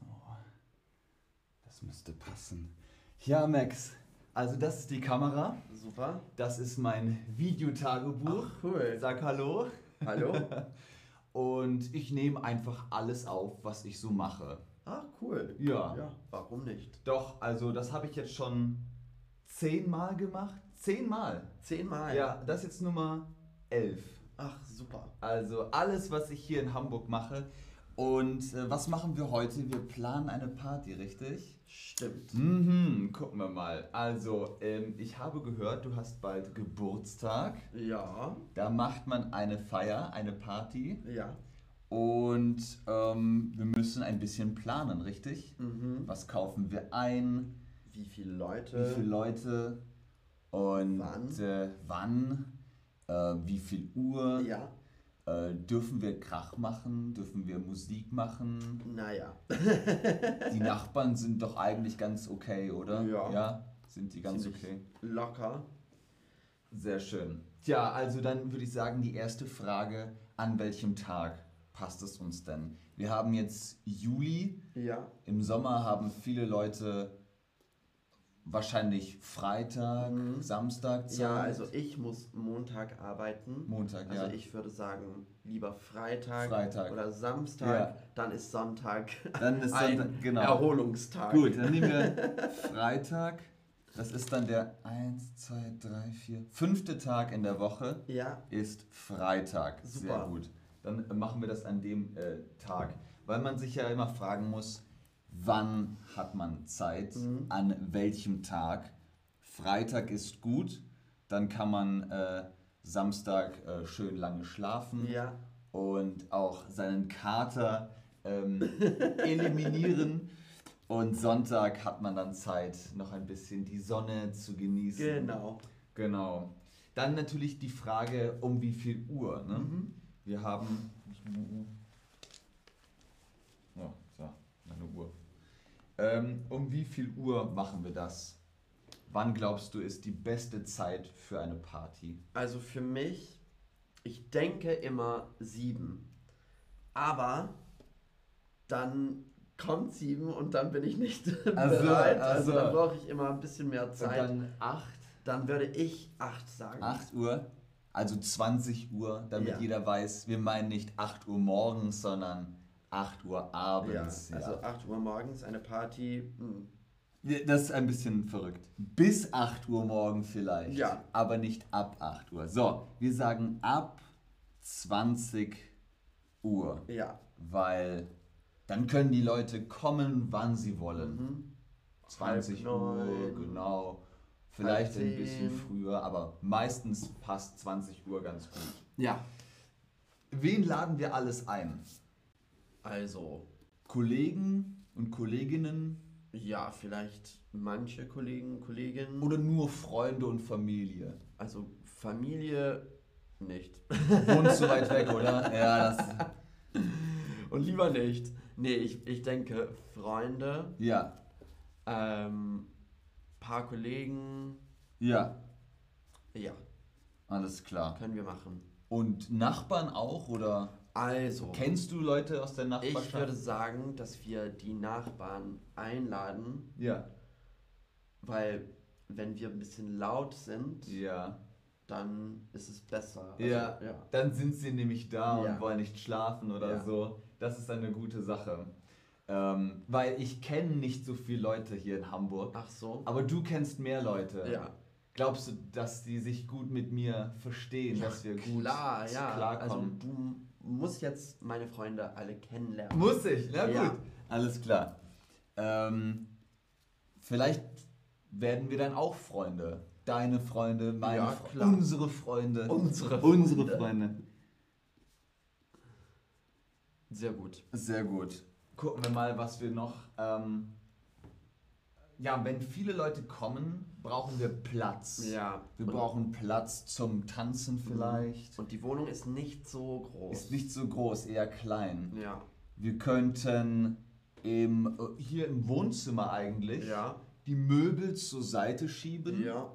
Oh, Das müsste passen. Ja, Max. Also das ist die Kamera. Super. Das ist mein Videotagebuch. Ach, cool. Sag Hallo. Hallo? Und ich nehme einfach alles auf, was ich so mache. Ah, cool. Ja. Warum nicht? Doch, also das habe ich jetzt schon zehnmal gemacht. Zehnmal. Zehnmal. Ja, das ist jetzt Nummer elf. Ach, super. Also alles, was ich hier in Hamburg mache. Und äh, was machen wir heute? Wir planen eine Party, richtig? Stimmt. Mhm, gucken wir mal. Also, ähm, ich habe gehört, du hast bald Geburtstag. Ja. Da macht man eine Feier, eine Party. Ja. Und ähm, wir müssen ein bisschen planen, richtig? Mhm. Was kaufen wir ein? Wie viele Wie Leute? viele Leute? Und Äh. Wann? Äh, wann? Äh, wie viel Uhr? Ja. Äh, dürfen wir Krach machen? Dürfen wir Musik machen? Naja. Die Nachbarn sind doch eigentlich ganz okay, oder? Ja. ja? Sind die ganz Ziemlich okay? Locker. Sehr schön. Tja, also dann würde ich sagen, die erste Frage, an welchem Tag passt es uns denn? Wir haben jetzt Juli, Ja. im Sommer haben viele Leute wahrscheinlich Freitag, Mhm. Samstag Zeit. Ja, also ich muss Montag arbeiten. Montag, also ja. ich würde sagen, lieber Freitag, Freitag. oder Samstag, Ja. dann ist Sonntag Dann ist ein Sonntag- genau. Erholungstag. Gut, dann nehmen wir Freitag. Das ist dann der 1, 2, 3, 4, fünfte Tag in der Woche. Ja, ist Freitag. Super. Sehr gut. Dann machen wir das an dem äh, Tag. Weil man sich ja immer fragen muss, wann hat man Zeit, Mhm. an welchem Tag. Freitag ist gut, dann kann man äh, Samstag äh, schön lange schlafen ja, und auch seinen Kater ähm, eliminieren. Und Sonntag hat man dann Zeit, noch ein bisschen die Sonne zu genießen. genau. Genau. Dann natürlich die Frage, um wie viel Uhr. Ne? Mhm. Wir haben. Oh, so, meine Uhr. Ähm, um wie viel Uhr machen wir das? Wann glaubst du, ist die beste Zeit für eine Party? Also für mich, ich denke immer sieben. Aber dann kommt sieben und dann bin ich nicht bereit. also. Also, dann brauche ich immer ein bisschen mehr Und Zeit. Dann, dann 8, würde ich acht sagen. 8 Uhr, also 20 Uhr, damit Ja. jeder weiß, wir meinen nicht 8 Uhr morgens, sondern 8 Uhr ja, abends. also acht Uhr morgens eine Party. Hm. Ja, Das ist ein bisschen verrückt. Bis 8 Uhr morgen vielleicht. Ja. Aber nicht ab 8 Uhr. So, wir sagen ab 20 Uhr, Ja. weil dann können die Leute kommen, wann sie wollen. Mhm. 20 Halb Uhr, neun. genau. Vielleicht Halb ein bisschen zehn. früher, aber meistens passt 20 Uhr ganz gut. Ja. Wen laden wir alles ein? Also, Kollegen und Kolleginnen ja, vielleicht manche Kollegen, Kolleginnen. oder nur Freunde und Familie? Also Familie nicht. Wohnst so weit weg, oder? Ja, das, Und lieber nicht. Nee, ich, ich denke Freunde, ja, ähm, paar Kollegen, ja, ja, alles klar. können wir machen. Und Nachbarn auch oder Also, kennst du Leute aus der ich Nachbarschaft? würde sagen, dass wir die Nachbarn einladen, ja, weil wenn wir ein bisschen laut sind, ja, dann ist es besser. Also, ja, ja. Dann sind sie nämlich da Ja. und wollen nicht schlafen oder Ja. so. Das ist eine gute Sache. Ähm, weil ich kenne nicht so viele Leute hier in Hamburg, Ach so. aber du kennst mehr Leute. Ja. Glaubst du, dass die sich gut mit mir verstehen, dass wir gut Klar, ja. Also klarkommen? du musst jetzt meine Freunde alle kennenlernen. Muss ich, na Ja. gut. Alles klar. Ähm, vielleicht werden wir dann auch Freunde. Deine Freunde, meine Ja, Fre- klar. unsere Freunde. Unsere Unsere Freunde. Freunde. Sehr gut. Sehr gut. Gucken wir mal, was wir noch. Ähm, ja, wenn viele Leute kommen, brauchen wir Platz. Ja. Wir Und- brauchen Platz zum Tanzen vielleicht. Und die Wohnung ist nicht so groß. Ist nicht so groß, eher klein. Ja. Wir könnten im, äh, hier im Wohnzimmer eigentlich Ja. die Möbel zur Seite schieben Ja.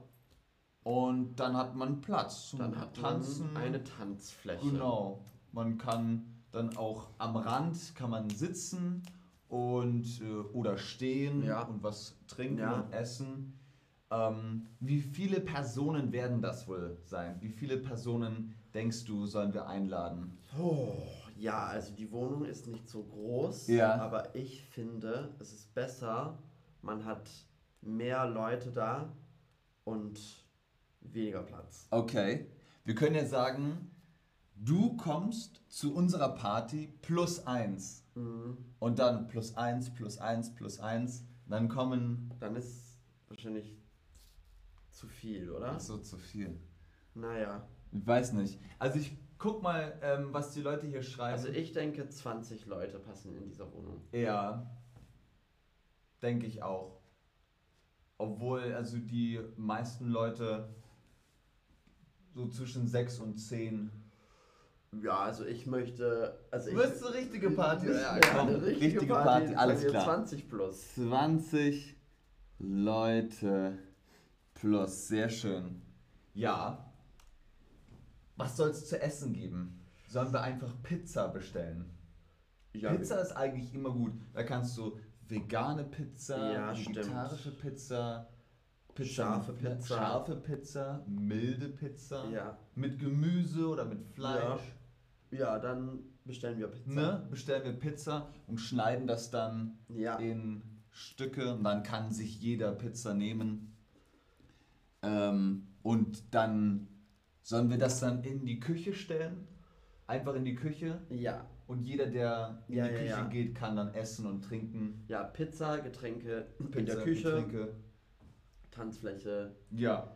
und dann hat man Platz zum Dann hat Tanzen. man eine Tanzfläche. genau. Man kann dann auch am Rand kann man sitzen und äh, oder stehen Ja. und was trinken Ja. und essen. Ähm, wie viele Personen werden das wohl sein? Wie viele Personen denkst du, sollen wir einladen? Oh, ja, also die Wohnung ist nicht so groß, Ja. aber ich finde, es ist besser, man hat mehr Leute da und weniger Platz. Okay, wir können ja sagen, du kommst zu unserer Party plus eins Mhm. und dann plus eins, plus eins, plus eins. Dann kommen Dann ist wahrscheinlich zu viel, oder? Ach so zu viel. Naja, Ich weiß nicht. Also ich guck mal, ähm, was die Leute hier schreiben. also ich denke, 20 Leute passen in dieser Wohnung. Ja, denke ich auch. Obwohl, also die meisten Leute so zwischen 6 und 10. Ja, also ich möchte, also ich Willst du richtige Party? Nicht Ja, mehr, komm, eine richtige, richtige Party, Party, alles von ihr klar. 20 plus. 20 Leute plus, sehr schön. Ja. Was soll es zu essen geben? Sollen wir einfach Pizza bestellen? Pizza ist eigentlich immer gut. Da kannst du vegane Pizza, Ja, stimmt. vegetarische Pizza, Pizza, Scharfe Pizza. scharfe Pizza, milde Pizza, Ja. mit Gemüse oder mit Fleisch. Ja, dann bestellen wir Pizza. Ne? Bestellen wir Pizza und schneiden das dann Ja. in Stücke und dann kann sich jeder Pizza nehmen. Ähm, und dann sollen wir das dann in die Küche stellen? Einfach in die Küche Ja. und jeder, der in Ja, die ja, Küche ja. geht, kann dann essen und trinken. Ja, Pizza, Getränke in Pizza, der Küche, Getränke. Tanzfläche Ja,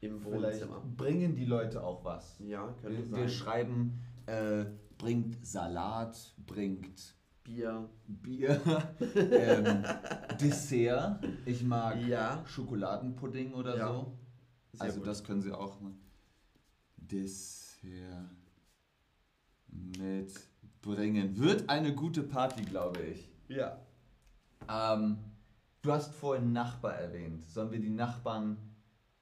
im vielleicht Wohnzimmer. bringen die Leute auch was. Ja, könnte Wir, wir sein. schreiben, äh, bringt Salat, bringt Bier. Bier, ähm, Dessert. Ich mag Ja. Schokoladenpudding oder Ja, so. Sehr Also gut. das können sie auch. Ne? Dessert mitbringen. Wird eine gute Party, glaube ich. Ja. Ähm, du hast vorhin Nachbar erwähnt. Sollen wir die Nachbarn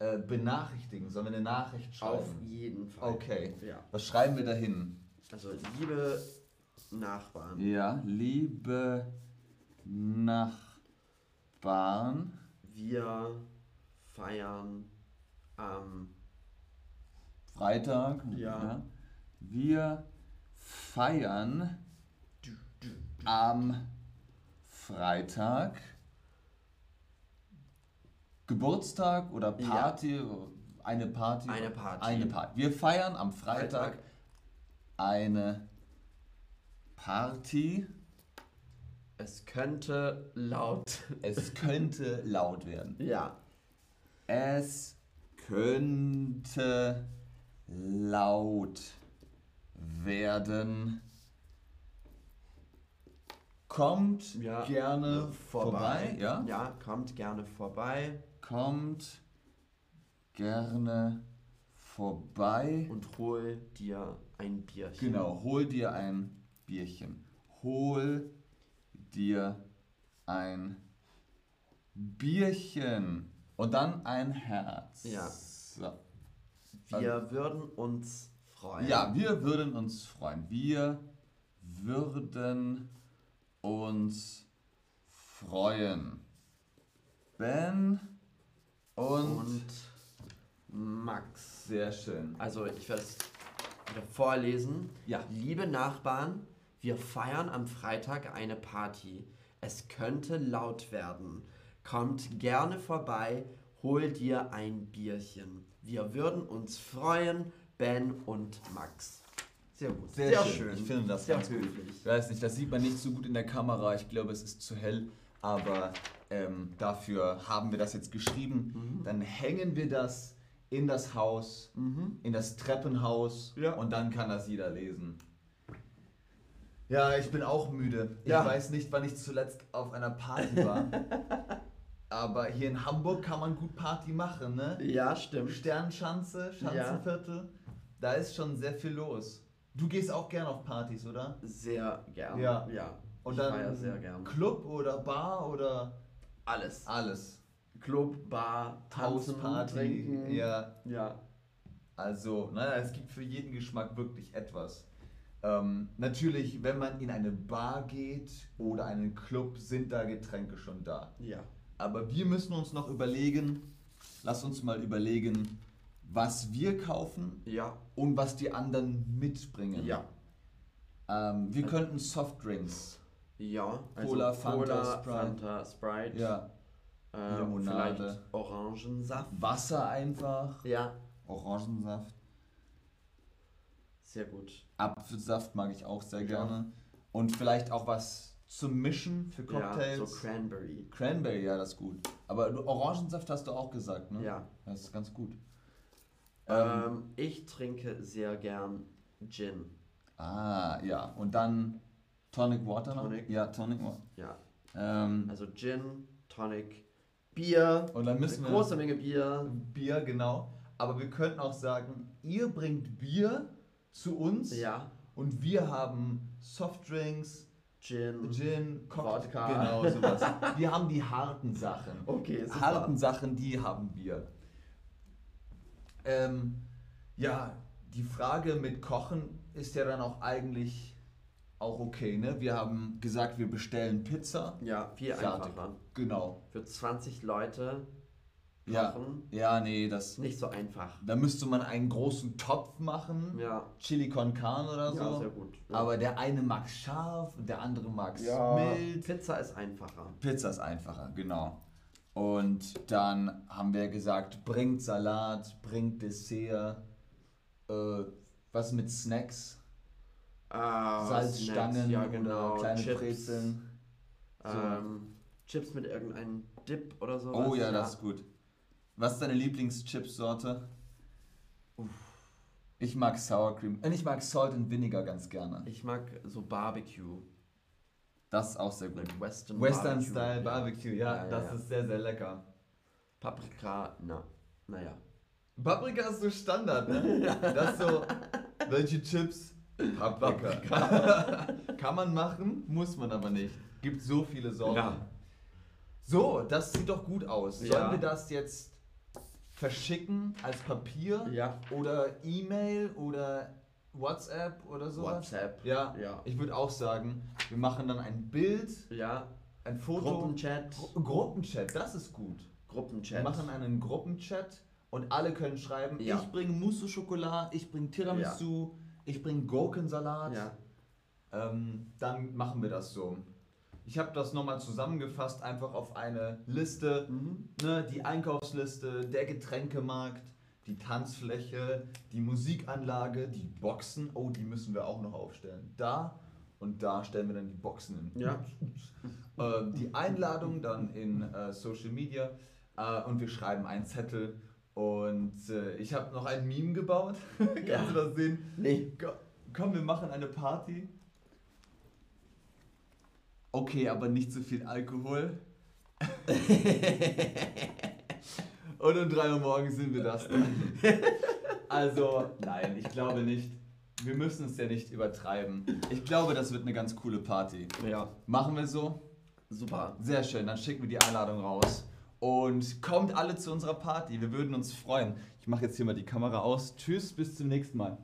äh, benachrichtigen? Sollen wir eine Nachricht Auf schreiben? jeden Fall. Okay. Ja. Was schreiben wir dahin? Also liebe Nachbarn, Ja, liebe Nachbarn. wir feiern am Freitag. Ja. Wir feiern am Freitag Geburtstag oder Ja. Party, eine Party. Eine Party. Eine Party. Wir feiern am Freitag, Freitag. eine Party. Es könnte laut. Es könnte laut werden. Ja. Es könnte laut werden. Kommt Ja. gerne Äh, vorbei. ja? Ja, kommt gerne vorbei Kommt gerne vorbei. und hol dir ein Bierchen. Genau, hol dir ein Bierchen. Hol dir ein Bierchen. Und dann ein Herz. Ja. So. Wir würden uns freuen. Ja, wir würden uns freuen. Wir würden uns freuen. Ben und, Und Max. sehr schön. Also ich werde es wieder vorlesen. Ja. Liebe Nachbarn, wir feiern am Freitag eine Party. Es könnte laut werden. Kommt gerne vorbei, hol dir ein Bierchen. Wir würden uns freuen, Ben und Max. Sehr gut. Sehr, schön. Ich finde das Sehr ganz gut. höflich. Ich weiß nicht, das sieht man nicht so gut in der Kamera. Ich glaube, es ist zu hell. Aber ähm, dafür haben wir das jetzt geschrieben. Mhm. Dann hängen wir das in das Haus, in das Treppenhaus. Mhm. Ja. Und dann kann das jeder lesen. Ja, ich bin auch müde. Ich Ja. weiß nicht, wann ich zuletzt auf einer Party war. aber hier in Hamburg kann man gut Party machen, ne? Ja, stimmt. Sternschanze, Schanzenviertel. Da ist schon sehr viel los. Du gehst auch gern auf Partys, oder? Sehr gern. Ja. ja. Und ich dann feier sehr gern. Club oder Bar oder Alles. alles. Club, Bar, Tanzen, Ah. Hausparty, Trinken. ja. ne, ja. Also, naja, es gibt für jeden Geschmack wirklich etwas. Ähm, natürlich, wenn man in eine Bar geht oder einen Club, sind da Getränke schon da. Ja. Aber wir müssen uns noch überlegen, lass uns mal überlegen, was wir kaufen Ja. und was die anderen mitbringen. Ja. Ähm, wir könnten Softdrinks. Ja. Also Cola, Fanta, Sprite. Fanta, Sprite. Ja. Ähm, Limonade. Vielleicht Orangensaft. Wasser einfach. Ja. Orangensaft. Sehr gut. Apfelsaft mag ich auch sehr Ja. gerne. Und vielleicht auch was zum Mischen für Cocktails. Ja, so Cranberry. Cranberry, ja, das ist gut. Aber du- Orangensaft hast du auch gesagt, ne? Ja. Das ist ganz gut. Ähm, Ähm, ich trinke sehr gern Gin. Ah, ja. Und dann Tonic Water noch? Tonic. Ja, Tonic Water. Ja. Ähm, Also Gin, Tonic, Bier. und dann müssen eine wir. Also, große Menge Bier. Bier, genau. Aber wir könnten auch sagen, ihr bringt Bier zu uns Ja. und wir haben Softdrinks, Gin. Gin, Cock- Wodka. Genau, sowas. wir haben die harten Sachen. Okay, super. harten Sachen, die haben wir. Ähm, ja, die Frage mit Kochen ist ja dann auch eigentlich auch okay, ne? Wir haben gesagt, wir bestellen Pizza. Ja, viel Fertig. einfacher. Genau. Für 20 Leute Ja. kochen. Ja, nee, Ist das. nicht so einfach. Da müsste man einen großen Topf machen. Ja. Chili con carne oder so. Ja, sehr gut. Ja. Aber der eine mag scharf, der andere mag mild. Mild. Pizza ist einfacher. Pizza ist einfacher, genau. Und dann haben wir gesagt, bringt Salat, bringt Dessert, äh, was mit Snacks, Ah, Salzstangen Snacks, ja, genau. oder kleine Chips, Brezeln. so. Ähm, Chips mit irgendeinem Dip oder so. Oh ja, das ist gut. Was ist deine Lieblingschipsorte? Ich mag Sour Cream. Und ich mag Salt and Vinegar ganz gerne. Ich mag so Barbecue. Das ist auch sehr gut. Like Western, Western Barbecue. Style Barbecue, ja, Ja, ja, das ja. ist sehr, sehr lecker. Paprika, na, naja. Paprika ist so Standard, ne? Das ist so, welche Chips? Paprika. Kann man machen, muss man aber nicht. Gibt so viele Sorten. Ja. So, das sieht doch gut aus. Sollen Ja. wir das jetzt verschicken als Papier Ja. oder E-Mail oder WhatsApp oder sowas? WhatsApp. Ja, Ja. ich würde auch sagen, wir machen dann ein Bild, Ja. ein Foto. Gruppenchat. Gru- Gruppenchat, das ist gut. Wir Gruppenchat. machen einen Gruppenchat und alle können schreiben, Ja. ich bringe Mousse Schokolade, ich bringe Tiramisu, ich bringe Gurkensalat. ja. Ähm, dann machen wir das so. Ich habe das nochmal zusammengefasst, einfach auf eine Liste. Mhm. Ne, die Einkaufsliste, der Getränkemarkt, die Tanzfläche, die Musikanlage, die Boxen. Oh, die müssen wir auch noch aufstellen. Da und da stellen wir dann die Boxen hin. Ja. Ähm, die Einladung dann in äh, Social Media äh, und wir schreiben einen Zettel. Und äh, ich habe noch ein Meme gebaut. Kannst Ja. du das sehen? Nee. Ko- Komm, wir machen eine Party. Okay, aber nicht zu viel Alkohol. Und um 3 Uhr morgens sind wir das dann. Also, nein, ich glaube nicht. Wir müssen es ja nicht übertreiben. Ich glaube, das wird eine ganz coole Party. Ja. Machen wir so? Super. Sehr schön, dann schicken wir die Einladung raus. Und kommt alle zu unserer Party, wir würden uns freuen. Ich mache jetzt hier mal die Kamera aus. Tschüss, bis zum nächsten Mal.